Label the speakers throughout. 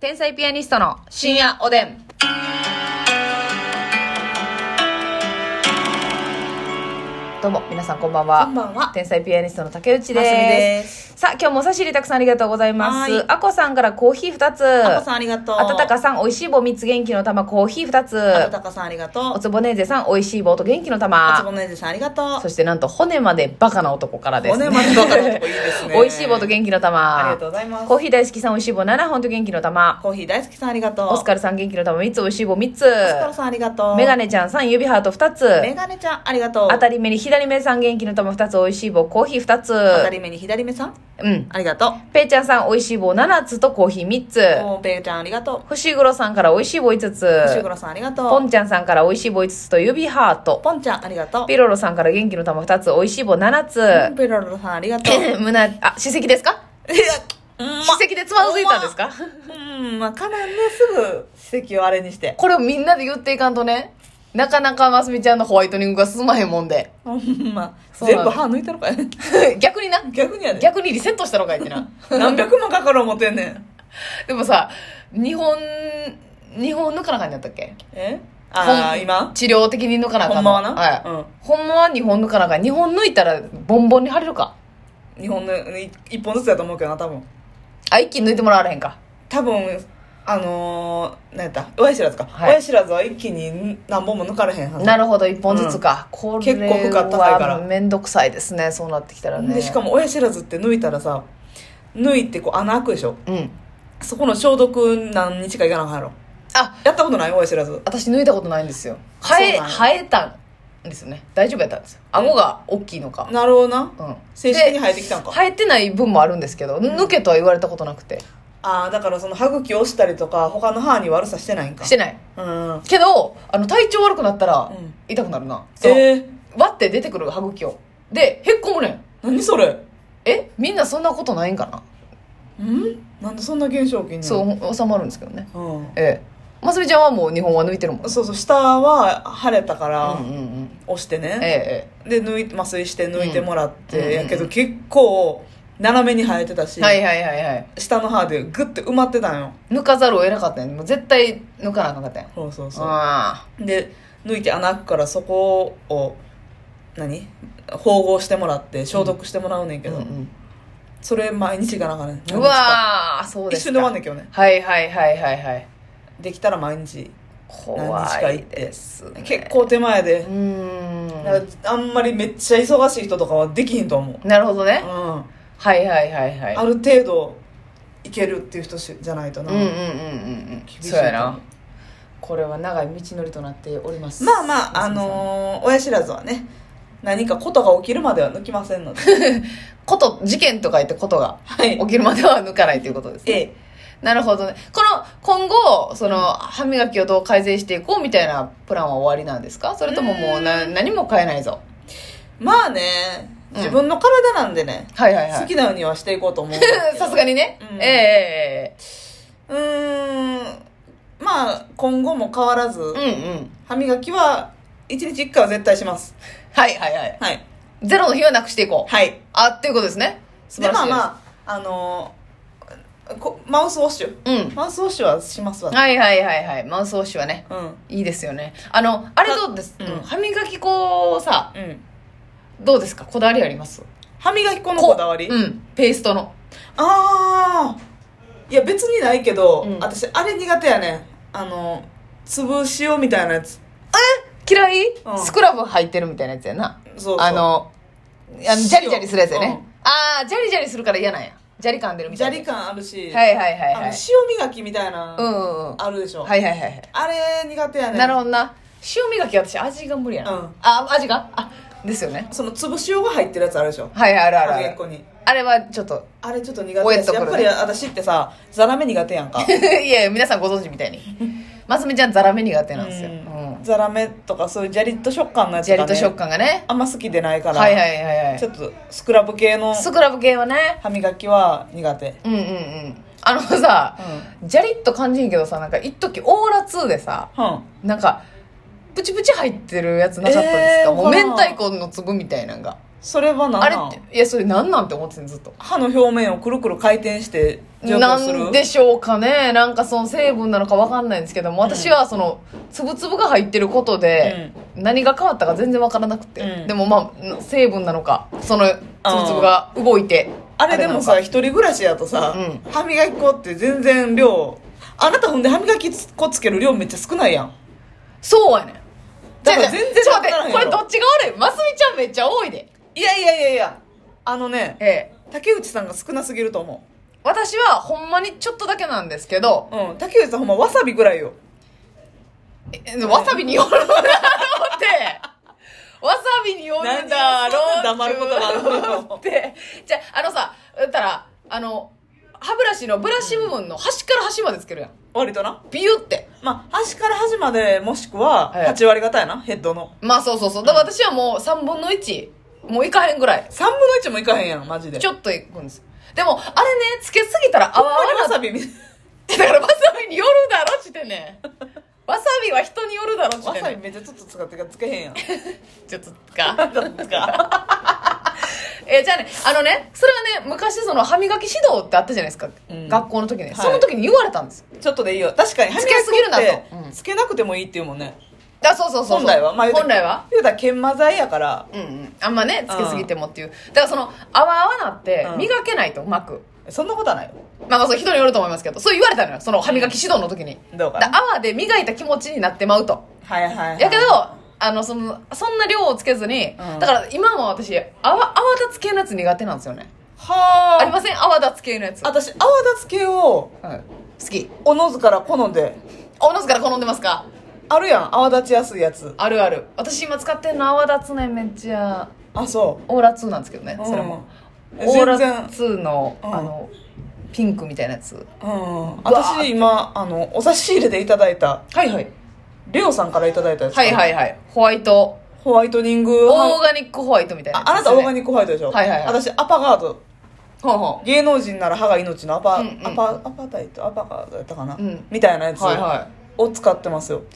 Speaker 1: 天才ピアニストの深夜おでん。どうも、皆さんこんばんは。
Speaker 2: こんばんは
Speaker 1: 天才ピアニストの竹内
Speaker 2: ますみ
Speaker 1: で。
Speaker 2: です
Speaker 1: さあ、今日もお差し入れたくさんありがとうございま
Speaker 2: は
Speaker 1: す
Speaker 2: い。
Speaker 1: あこさんからコーヒー2つ。
Speaker 2: あこさんありがとう。
Speaker 1: あたたかさん、おいしい棒3つ元気の玉、コーヒー2
Speaker 2: あた
Speaker 1: つ。
Speaker 2: たかさんありがと
Speaker 1: お
Speaker 2: う。
Speaker 1: つぼねーぜさん、おいしい棒と元気の
Speaker 2: あつぼ
Speaker 1: 玉。
Speaker 2: ねじさんありがとう。
Speaker 1: そしてなんと、骨までバカな男からです、
Speaker 2: 骨までバカな男いいですね
Speaker 1: おいしい棒と元気の玉。
Speaker 2: ありがとうございます
Speaker 1: コーヒー大好きさん、おいしい棒7本と元気の玉。
Speaker 2: コーヒー大好きさんありがとう。
Speaker 1: オスカ
Speaker 2: ル。
Speaker 1: ルさん元気の玉3つ、おいしい棒3つ。
Speaker 2: オスカルさんありがとう。
Speaker 1: メガネちゃんさん、指ハート2つ。
Speaker 2: メガネちゃんありがとう。
Speaker 1: 当たり目に左目さん元気の玉2つ、おいしい棒、コーヒー2つ。
Speaker 2: 当たり目に左目さん
Speaker 1: うん。
Speaker 2: ありがとう。
Speaker 1: ペイちゃんさん、おいしい棒7つとコーヒー3つ。
Speaker 2: おーペイちゃんありがと
Speaker 1: 星黒さんからおいしい棒5つ。
Speaker 2: う。シュグロさんありがとう。
Speaker 1: ポンちゃんさんからおいしい棒5つと指ハート。
Speaker 2: ポンちゃんありがとう。
Speaker 1: ピロロさんから元気の玉2つ、おいしい棒7つ。
Speaker 2: ピロロさんありがとう。い
Speaker 1: 胸、あ、史跡ですか
Speaker 2: や、うんま
Speaker 1: 史跡でつまずいたんですか
Speaker 2: うん、まあ、かなんですぐ史跡をあれにして。
Speaker 1: これをみんなで言っていかんとね、なかなかますみちゃんのホワイトニングが進まへんもんで。
Speaker 2: ほんま、
Speaker 1: そうな
Speaker 2: 全
Speaker 1: の
Speaker 2: 部歯抜いたのかい
Speaker 1: 逆にな。
Speaker 2: 逆にやで。
Speaker 1: 逆にリセットしたのかいってな。
Speaker 2: 何百万かかる思てんねん。
Speaker 1: でもさ、日本、日本抜かなあかんやったっけ
Speaker 2: えあ
Speaker 1: ほ
Speaker 2: あ、
Speaker 1: ん
Speaker 2: 今
Speaker 1: 治療的に抜かなあかんの
Speaker 2: ほんまはな
Speaker 1: はい。
Speaker 2: うん
Speaker 1: ほんまは日本抜かなあかん。日本抜いたらボンボンに腫れるか。
Speaker 2: 日本のい一本ずつやと思うけどな多分
Speaker 1: あ、一気に抜いてもらわれへんか。
Speaker 2: 多分あのー、何やった親知らずか、
Speaker 1: はい
Speaker 2: 親知らずは一気に何本も抜かれへんはず
Speaker 1: なるほど、一本ずつか。これ
Speaker 2: 結構負荷高いから
Speaker 1: はめんどくさいですね、そうなってきたらね。
Speaker 2: でしかも親知らずって抜いたらさ抜いてこう穴開くでしょ
Speaker 1: うん。
Speaker 2: そこの消毒何日かいかなあかんやろ
Speaker 1: あ、
Speaker 2: やったことない親知らず
Speaker 1: 私抜いたことないんですよ。
Speaker 2: そう
Speaker 1: 生
Speaker 2: なん
Speaker 1: え、
Speaker 2: や
Speaker 1: 生えたんですよね。大丈夫やったんですよ。顎が大きいのか。
Speaker 2: なるほどな
Speaker 1: うん。
Speaker 2: 正式に生えてきたんか
Speaker 1: 生えてない分もあるんですけど、抜けとは言われたことなくて。
Speaker 2: ああだからその歯茎押したりとか他の歯に悪さしてないんか
Speaker 1: してない。
Speaker 2: うん
Speaker 1: けど、あの、体調悪くなったら
Speaker 2: うん、
Speaker 1: 痛くなるな。その
Speaker 2: えー、
Speaker 1: 割って出てくる歯茎を。で、へっこむねん。
Speaker 2: 何それ
Speaker 1: えみんなそんなことないんかな、
Speaker 2: うんなんでそんな現象起きんの
Speaker 1: そう、収まるんですけどね。
Speaker 2: う、う
Speaker 1: ええ。ますみちゃんはもう日本は抜いてるもん。
Speaker 2: ん、そうそう下は晴れたから、
Speaker 1: うんうんうん。
Speaker 2: 押してね、
Speaker 1: えええ
Speaker 2: で抜い麻酔して抜いてもらって、
Speaker 1: うん
Speaker 2: やけど結構斜めに生えてたし、
Speaker 1: え。はいはいはいはい。
Speaker 2: 下の歯でグッて埋まってたんよ
Speaker 1: 抜かざるを得なかったんやもう絶対抜かなあかんかったんや
Speaker 2: そうそうそ
Speaker 1: あ
Speaker 2: うで抜いて穴開くからそこを何縫合してもらって消毒してもらうねんけ
Speaker 1: ーう
Speaker 2: ど、
Speaker 1: んうん
Speaker 2: それ毎日がなかね
Speaker 1: うわーそう
Speaker 2: 何日か
Speaker 1: で
Speaker 2: 一
Speaker 1: すか
Speaker 2: 瞬で終わんねんけどね
Speaker 1: はいはいはいはいはい
Speaker 2: できたら毎日何日
Speaker 1: 怖
Speaker 2: か行
Speaker 1: い
Speaker 2: って
Speaker 1: です、ね、
Speaker 2: 結構手前で
Speaker 1: う、ー
Speaker 2: なんんかあんまりめっちゃ忙しい人とかはできひんと思う、
Speaker 1: なるほどね
Speaker 2: うん、あ
Speaker 1: はいはいはいはい
Speaker 2: る程度いけるっていう人しじゃないと
Speaker 1: う
Speaker 2: な、
Speaker 1: んうんうんうんうん
Speaker 2: 厳しい
Speaker 1: そ
Speaker 2: と
Speaker 1: う
Speaker 2: 思う
Speaker 1: やなこれは長い道のりとなっております
Speaker 2: まあまあ、
Speaker 1: 娘さ
Speaker 2: あ
Speaker 1: ん
Speaker 2: のー親知らずはね、何かことが起きるまでは抜きませんので。
Speaker 1: こと事件とか言ってことが
Speaker 2: はい
Speaker 1: 起。きるまでは抜かないということですね
Speaker 2: ええ。
Speaker 1: なるほどねこの今後その歯磨きをどう改善していこうみたいなプランは終わりなんですかそれとももうな何も変えないぞ
Speaker 2: まあね、
Speaker 1: うん
Speaker 2: 自分の体なんでね、
Speaker 1: はいはいはい
Speaker 2: 好きなようにはしていこうと思 うんですけど。
Speaker 1: さすがにね、
Speaker 2: うん
Speaker 1: えええええ
Speaker 2: うーん。まあ、今後も変わらず、
Speaker 1: えうんうん
Speaker 2: 歯磨きは、一日一回は絶対します。
Speaker 1: はいはいはい
Speaker 2: はい。
Speaker 1: ゼロの日はなくしていこう
Speaker 2: はい。
Speaker 1: あっていうことですね素晴
Speaker 2: で、
Speaker 1: らしいで
Speaker 2: まあ
Speaker 1: す、
Speaker 2: まあ、あのーこマウスウォッシュ。
Speaker 1: うん
Speaker 2: マウスウォッシュはしますわ。
Speaker 1: はいはいはいはいマウスウォッシュはね
Speaker 2: うん。
Speaker 1: いいですよねあのあれどうです、
Speaker 2: うん
Speaker 1: うん歯磨き粉さ
Speaker 2: うん。
Speaker 1: どうですかこだわりあります
Speaker 2: 歯磨き粉のこだわり
Speaker 1: うんペーストの
Speaker 2: ああいや別にないけど、
Speaker 1: うん
Speaker 2: 私あれ苦手やねんあの粒塩みたいなやつ
Speaker 1: 嫌い、
Speaker 2: うん
Speaker 1: スクラブ入ってるみたいなやつやな
Speaker 2: そうそう
Speaker 1: あのあのジャリジャリするやつやね、
Speaker 2: う
Speaker 1: ああジャリジャリするから嫌なんやジャリ感出るみ
Speaker 2: 砂
Speaker 1: たいな
Speaker 2: 利感あるし、
Speaker 1: はいはいはい
Speaker 2: あ
Speaker 1: は
Speaker 2: の
Speaker 1: い
Speaker 2: 塩磨きみたいな、
Speaker 1: うんうんうんは
Speaker 2: あるでしょ、
Speaker 1: いはいはいはい
Speaker 2: あれ苦手やねん
Speaker 1: なるほどな塩磨き私味が無理やな、
Speaker 2: うん
Speaker 1: あ味があですよね
Speaker 2: その粒塩が入ってるやつあるでしょ
Speaker 1: はいあるあるあ
Speaker 2: 歯磨き粉
Speaker 1: る
Speaker 2: に
Speaker 1: あれはちょっと
Speaker 2: あれちょっと苦
Speaker 1: お
Speaker 2: 手
Speaker 1: え
Speaker 2: や
Speaker 1: っ
Speaker 2: し、
Speaker 1: とく
Speaker 2: や
Speaker 1: る
Speaker 2: っぱり私ってさザラメ苦手や んか
Speaker 1: いやいや皆さんご存知み たいにますみちゃんザラメ苦手なんですよ、う
Speaker 2: うん
Speaker 1: ん
Speaker 2: ザラメとかそういうジャリッと食感のやつ
Speaker 1: ジャ
Speaker 2: が、ね、
Speaker 1: リと食感がね
Speaker 2: あんま好きでないから、
Speaker 1: はいはいはいは
Speaker 2: ち
Speaker 1: い
Speaker 2: ょっとスクラブ系の
Speaker 1: スクラブ系はね
Speaker 2: 歯磨きは苦手
Speaker 1: うんうんうんあのさ、ジャリッと感じへんけどさなんか一時オーラ2でさ
Speaker 2: うん
Speaker 1: なんかプチプチ入ってるやつなかったですか、
Speaker 2: えー
Speaker 1: もう
Speaker 2: わか
Speaker 1: 明
Speaker 2: らん
Speaker 1: 太子の粒みたいなんが
Speaker 2: それは何
Speaker 1: あれ
Speaker 2: なん
Speaker 1: っていやそれ何なんて思ってたのずっと
Speaker 2: 歯の表面をくるくる回転して除去する
Speaker 1: なんでしょうかねなんかその成分なのかわかんないんですけども私はその粒々が入ってることで何が変わったか全然わからなくて、
Speaker 2: うん
Speaker 1: でもまあ成分なのかその粒々が動いて
Speaker 2: あれでもさ
Speaker 1: あれなのか
Speaker 2: 一人暮らしやとさ、
Speaker 1: う
Speaker 2: 歯磨き粉って全然量あなたほんで歯磨き粉つける量めっちゃ少ないやん
Speaker 1: そうやねん
Speaker 2: だから
Speaker 1: 違う違う
Speaker 2: 全然
Speaker 1: ちょっと
Speaker 2: わか
Speaker 1: 待
Speaker 2: ら
Speaker 1: っ
Speaker 2: ん
Speaker 1: て
Speaker 2: や
Speaker 1: これど
Speaker 2: ろ
Speaker 1: っちが悪いますみちゃんめっちゃ多いで
Speaker 2: いやいやいやいやあのね
Speaker 1: ええ
Speaker 2: 竹内さんが少なすぎると思
Speaker 1: 私はほんまにちょっとだけなんですけど
Speaker 2: ううん竹内さんほんまわさびぐらいよ
Speaker 1: えわさびによるだろうってわさびによるんだろうって
Speaker 2: なんでそんな黙ることがあるの
Speaker 1: ってじゃああのさだったらあの歯ブラシのブラシ部分の端から端までつけるやん
Speaker 2: 割とな
Speaker 1: ビュって
Speaker 2: まあ端から端までもしくは
Speaker 1: ええ
Speaker 2: 8割方やなヘッドの
Speaker 1: まあそうそうそうだから私はもう3分の1もういかへんぐらい
Speaker 2: 3分の1もいかへんやんマジで
Speaker 1: ちょっといくんですでもあれねつけすぎたら
Speaker 2: あ
Speaker 1: 泡
Speaker 2: わ
Speaker 1: 泡
Speaker 2: わ
Speaker 1: なっ
Speaker 2: さびみたい
Speaker 1: てだからわさびによるだろしてねわさびは人によるだろ
Speaker 2: な
Speaker 1: し
Speaker 2: わ
Speaker 1: て
Speaker 2: さび
Speaker 1: ね
Speaker 2: めっちゃちょっと使ってかつけへんや ん
Speaker 1: ちょっとか
Speaker 2: なんか
Speaker 1: えーじゃあねあのねそれはね昔その歯磨き指導ってあったじゃないですか、
Speaker 2: うん
Speaker 1: 学校の時ね、
Speaker 2: い
Speaker 1: その時に言われたんですよ
Speaker 2: ちょっとでいいよ確かに
Speaker 1: つけすぎるなと
Speaker 2: 歯磨き粉って
Speaker 1: うん
Speaker 2: つけなくてもいいっていうもんね
Speaker 1: だそうそうそうそう
Speaker 2: 本来は、まあ、言うた
Speaker 1: 本来は
Speaker 2: 言うたら研磨剤やから
Speaker 1: うんうんあんまねつけすぎてもっていう、だからその泡泡なって
Speaker 2: うん
Speaker 1: 磨けないとうまく、
Speaker 2: そんなことはないよ
Speaker 1: まあまあそう人によると思いますけどそう言われたのよその歯磨き指導の時に、
Speaker 2: どうか
Speaker 1: だ
Speaker 2: な
Speaker 1: 泡で磨いた気持ちになってまうと
Speaker 2: はいはい、はい、
Speaker 1: やけど、あのそのそんな量をつけずに、
Speaker 2: ん
Speaker 1: だから今も私泡泡立つ系のやつ苦手なんですよね
Speaker 2: はあ
Speaker 1: ありません泡立つ系のやつ、はい、
Speaker 2: 私泡立つ系
Speaker 1: 好
Speaker 2: を
Speaker 1: き
Speaker 2: おのずから好んで
Speaker 1: おのずから好んでますか
Speaker 2: あるやん泡立ちやすいやつ
Speaker 1: あるある私今使ってんの泡立つねめっちゃ
Speaker 2: あそ
Speaker 1: オーラ2なんですけどね、
Speaker 2: う
Speaker 1: それも
Speaker 2: うん
Speaker 1: オーラ
Speaker 2: 全然
Speaker 1: 2の,、
Speaker 2: うん
Speaker 1: あのピンクみたいなやつ
Speaker 2: うん
Speaker 1: わー
Speaker 2: 私今あのお差し入れでいただいた
Speaker 1: はいはい
Speaker 2: レオさんからいただいたやつ
Speaker 1: はいはいはいホワイト
Speaker 2: ホワイトニン
Speaker 1: オ
Speaker 2: グ
Speaker 1: ーガニックホワイトみたいな
Speaker 2: あ
Speaker 1: やつ
Speaker 2: あなたオーガ
Speaker 1: ニッ
Speaker 2: ニックホワイトでしょ
Speaker 1: はいはいはい
Speaker 2: 私アパガード
Speaker 1: クほうほ
Speaker 2: 芸能人なら歯が命のアパ、
Speaker 1: うんうん
Speaker 2: アパアパタイトアパガードやったかな、
Speaker 1: うん
Speaker 2: みたいなやつ
Speaker 1: うはいは
Speaker 2: を使ってますよ、
Speaker 1: い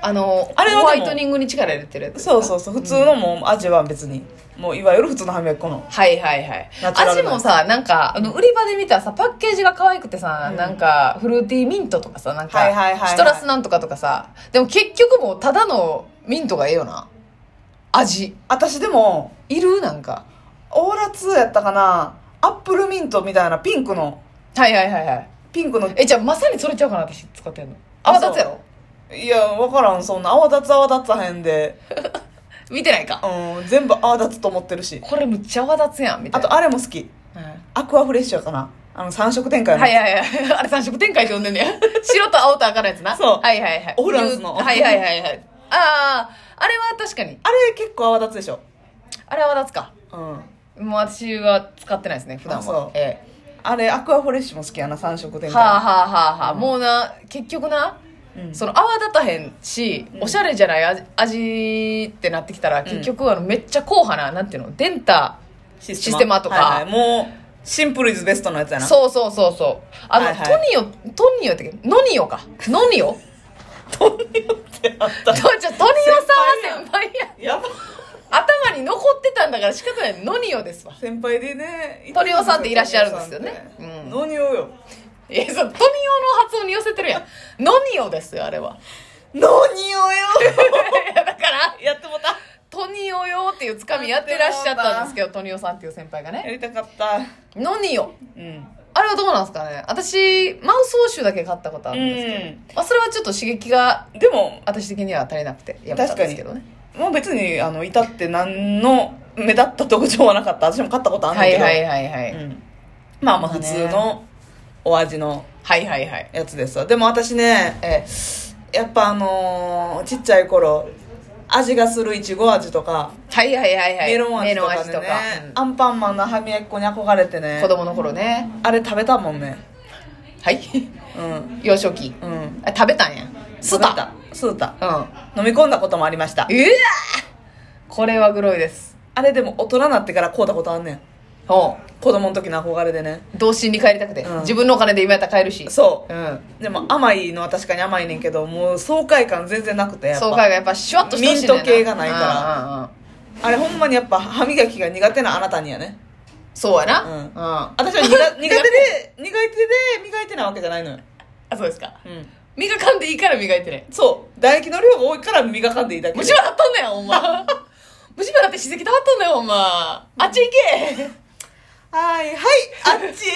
Speaker 1: あの
Speaker 2: あれはでも
Speaker 1: ホワイトニングに力入れてるやつですか
Speaker 2: そうそうそう普通のもう味は別にもういわゆる普通の歯磨き粉の
Speaker 1: はいはいはい
Speaker 2: ナチュラ
Speaker 1: 味
Speaker 2: ルな
Speaker 1: もさなんかあの売り場で見たらさパッケージが可愛くてさ、
Speaker 2: うん
Speaker 1: なんかフルーティーミントとかさなんか、
Speaker 2: はいはいはいはい
Speaker 1: シトラスなんとかとかさでも結局もうただのミントがええよな味
Speaker 2: 私でも
Speaker 1: いるなんか
Speaker 2: オーラ2やったかなアップルミントみたいなピンクの
Speaker 1: はいはいはいはい
Speaker 2: ピンクの
Speaker 1: えじゃあまさにそれちゃうかな私使ってんの泡立つやろ
Speaker 2: いや分からんそんな泡立つ泡立つへんで、
Speaker 1: 見てないか
Speaker 2: うん、全部泡立つと思ってるし
Speaker 1: これむっちゃ泡立つやんみた
Speaker 2: あ
Speaker 1: いな
Speaker 2: とあれも好き
Speaker 1: うん
Speaker 2: アクアフレッシュやかなあの3色展開の、
Speaker 1: はいはいはい。 あれ三色展開って呼んでんねや。 白と青と赤のやつな。
Speaker 2: そう
Speaker 1: はいはいはい。
Speaker 2: オランスの
Speaker 1: はいはいはいはい。 ああ、あれは確かに。
Speaker 2: あれ結構泡立つでしょ
Speaker 1: あれは泡立つか。
Speaker 2: うん
Speaker 1: もう私は使ってないですね、普段
Speaker 2: あそう
Speaker 1: は。え
Speaker 2: あれアクアフレッシュも好きやな3色
Speaker 1: え。
Speaker 2: 展開、
Speaker 1: はあはあはあはあ。
Speaker 2: うん
Speaker 1: もうな、結局な、
Speaker 2: うん
Speaker 1: その泡立たへんし、
Speaker 2: うん
Speaker 1: おしゃれじゃない味味ってなってきたら、結局あのめっちゃ硬派な、なんていうの、デンタ、
Speaker 2: シ
Speaker 1: システマとか
Speaker 2: はいはいもうシンプルイズベストのやつやな
Speaker 1: そうそうそうそう。あの、
Speaker 2: はいはい
Speaker 1: トニオ、トニオって、ノニオか。ノ ニオ
Speaker 2: とんでもってあった
Speaker 1: とちょ、トニオさんは先輩や。
Speaker 2: やば
Speaker 1: 頭に残ってたんだから仕方ない。ノニオですわ。
Speaker 2: 先輩 でね
Speaker 1: トニオさんっていらっしゃるんですよね
Speaker 2: トニオさんって
Speaker 1: うん
Speaker 2: ノニオよ
Speaker 1: え、そう、トニオの発音に寄せてるやん。ノニオですよ、あれは。
Speaker 2: ノニオ よ
Speaker 1: いやだから、
Speaker 2: やってもうた
Speaker 1: トニオよっていうつかみやってらっしゃったんですけど、トニオさんっていう先輩が
Speaker 2: や
Speaker 1: ね。
Speaker 2: りたかった
Speaker 1: ノニオ。
Speaker 2: うん
Speaker 1: あれはどうなんですかね私、マウスウォッシュだけ買ったことあるんですけど、
Speaker 2: うん
Speaker 1: まあ、それはちょっと刺激が
Speaker 2: でも
Speaker 1: 私的には足りなくてやめたんですけどね。
Speaker 2: もう別にあの至って何の目立った特徴はなかった私も買ったことあるんだ
Speaker 1: は
Speaker 2: け
Speaker 1: い
Speaker 2: ど、
Speaker 1: はいはいはい。
Speaker 2: うん、まあまあ普通のお味の
Speaker 1: はいはいはい。
Speaker 2: やつですわでも私ね
Speaker 1: え
Speaker 2: やっぱあのーちっちゃい頃味がするいちご味とか
Speaker 1: はいはいはいはい。
Speaker 2: メロン味とかでね
Speaker 1: メロン味とか
Speaker 2: アンパンマンの歯磨き粉に憧れて
Speaker 1: うん
Speaker 2: ね
Speaker 1: 子供の頃ね。
Speaker 2: あれ食べたもんね
Speaker 1: はい。
Speaker 2: うん
Speaker 1: 幼少期。
Speaker 2: うん
Speaker 1: あ食べたんや。す
Speaker 2: 食べ
Speaker 1: た。
Speaker 2: 吸った
Speaker 1: うん。うわ
Speaker 2: 飲み込んだこともありました
Speaker 1: ーこれはグロいです。
Speaker 2: あれでも大人になってから買うたことあんねん
Speaker 1: お
Speaker 2: 子供の時の憧れでね
Speaker 1: 童心に帰りたくて、
Speaker 2: うん
Speaker 1: 自分のお金で今やったら買えるし。
Speaker 2: そう
Speaker 1: うん。
Speaker 2: でも甘いのは確かに甘いねんけどもう爽快感全然なくてやっぱ
Speaker 1: 爽快がやっぱシュワッとしてほしいねんな
Speaker 2: ミント系がないか
Speaker 1: う
Speaker 2: ら
Speaker 1: んうんうん
Speaker 2: あれほんまにやっぱ歯磨きが苦手なあなたにやね
Speaker 1: そうやな。
Speaker 2: うん
Speaker 1: あ、
Speaker 2: 私 は苦苦手で苦手で磨いてないわけじゃないのよ、
Speaker 1: そうですか。
Speaker 2: うん、
Speaker 1: 磨かんでいいから磨いてね。
Speaker 2: そう唾液の量が多いから磨かんでいいだけ
Speaker 1: 虫歯だったんだよ、お前。虫歯だって歯石たまったんだよ、お前。あっち行け
Speaker 2: はいはいあっちへ行きまし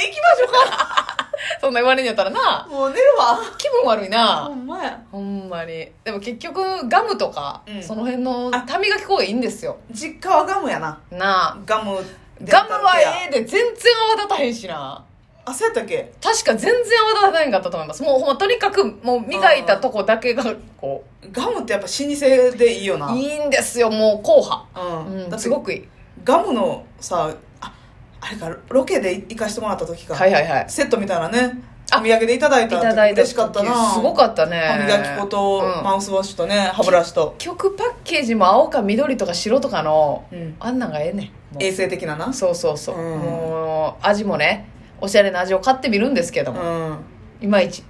Speaker 2: ょうか
Speaker 1: そんな言われんやったらな。
Speaker 2: もう寝るわ
Speaker 1: 気分悪いな。
Speaker 2: ほんまや
Speaker 1: ほんまに。でも結局、ガムとか、
Speaker 2: うん
Speaker 1: その辺の
Speaker 2: あ
Speaker 1: 歯磨き粉がいいんですよ。
Speaker 2: 実家はガムやな
Speaker 1: なあ。
Speaker 2: ガム
Speaker 1: ガムはえ
Speaker 2: え
Speaker 1: えで、全然泡立たへんしな。
Speaker 2: あそうやったっけ
Speaker 1: 確か全然泡立たへんかったと思います。もうほんまとにかく、もう磨いたとこだけが、こ
Speaker 2: ガムってやっぱ老舗でいいよな
Speaker 1: う、いいんですよ、もう硬派。
Speaker 2: うん
Speaker 1: う
Speaker 2: だ
Speaker 1: ん、
Speaker 2: っ
Speaker 1: す
Speaker 2: て
Speaker 1: ごくいい。
Speaker 2: ガムのさああれかロケで行かしてもらった時か、
Speaker 1: はいはいはい。
Speaker 2: セットみたいなね
Speaker 1: あ
Speaker 2: お土産でいただい
Speaker 1: い
Speaker 2: た
Speaker 1: ただい
Speaker 2: 時
Speaker 1: た
Speaker 2: 嬉しかったな
Speaker 1: 時すごかったね。
Speaker 2: 歯磨き粉と、
Speaker 1: うん
Speaker 2: マウスウォッシュとね歯ブラシと、
Speaker 1: 結局パッケージも青か緑とか白とかの、
Speaker 2: うん、
Speaker 1: あんなんがええねんもう
Speaker 2: 衛生的なな
Speaker 1: そうそうそう、
Speaker 2: うん
Speaker 1: もう味もねおしゃれな味を買ってみるんですけども、
Speaker 2: うん
Speaker 1: いまいち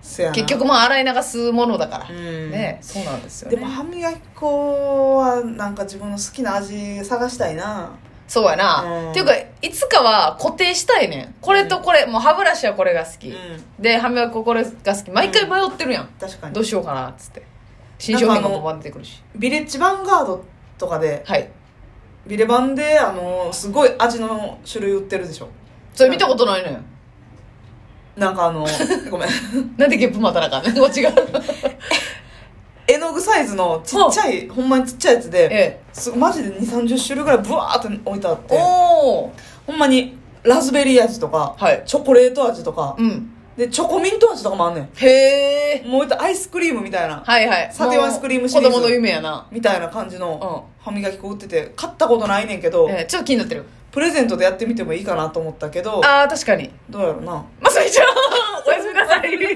Speaker 2: せやな
Speaker 1: 結局まあ洗い流すものだから、
Speaker 2: うん
Speaker 1: ねそうなんですよ
Speaker 2: で
Speaker 1: ね
Speaker 2: も歯磨き粉はなんか自分の好きな味探したいな
Speaker 1: そうやな、
Speaker 2: うん
Speaker 1: っていうかいつかは固定したいねんこれとこれ、もう歯ブラシはこれが好き、で歯磨き粉これが好き毎回迷ってるやん、
Speaker 2: 確か
Speaker 1: どう
Speaker 2: に
Speaker 1: しようかなっつって新商品がバンバン出てくるし
Speaker 2: ビレッジヴァンガードとかで
Speaker 1: はい
Speaker 2: ビレバンであのすごい味の種類売ってるでしょ
Speaker 1: それ見たことないのよ
Speaker 2: なんか あのごめん
Speaker 1: なんでゲップまたなあかんね んこっちが
Speaker 2: 絵の具サイズのちっちゃいほんまにちっちゃいやつで
Speaker 1: ええ
Speaker 2: すマジで2 3 0種類ぐらいブワーって置いてあって
Speaker 1: おお
Speaker 2: ほんまにラズベリー味とか、
Speaker 1: はい
Speaker 2: チョコレート味とか、
Speaker 1: うん
Speaker 2: でチョコミント味とかもあんねん
Speaker 1: へえ
Speaker 2: もう言ったらアイスクリームみたいな、
Speaker 1: はいはい
Speaker 2: サテワンスクリームシ
Speaker 1: 子
Speaker 2: リーズ
Speaker 1: 供の夢やな
Speaker 2: みたいな感じ
Speaker 1: うん
Speaker 2: の歯磨き粉売ってて買ったことないねんけど、
Speaker 1: ええちょっと気になってる
Speaker 2: プレゼントでやってみてもいいかなと思ったけど
Speaker 1: ああ確かに
Speaker 2: どうやろうな
Speaker 1: まさみちゃんおやすみなさい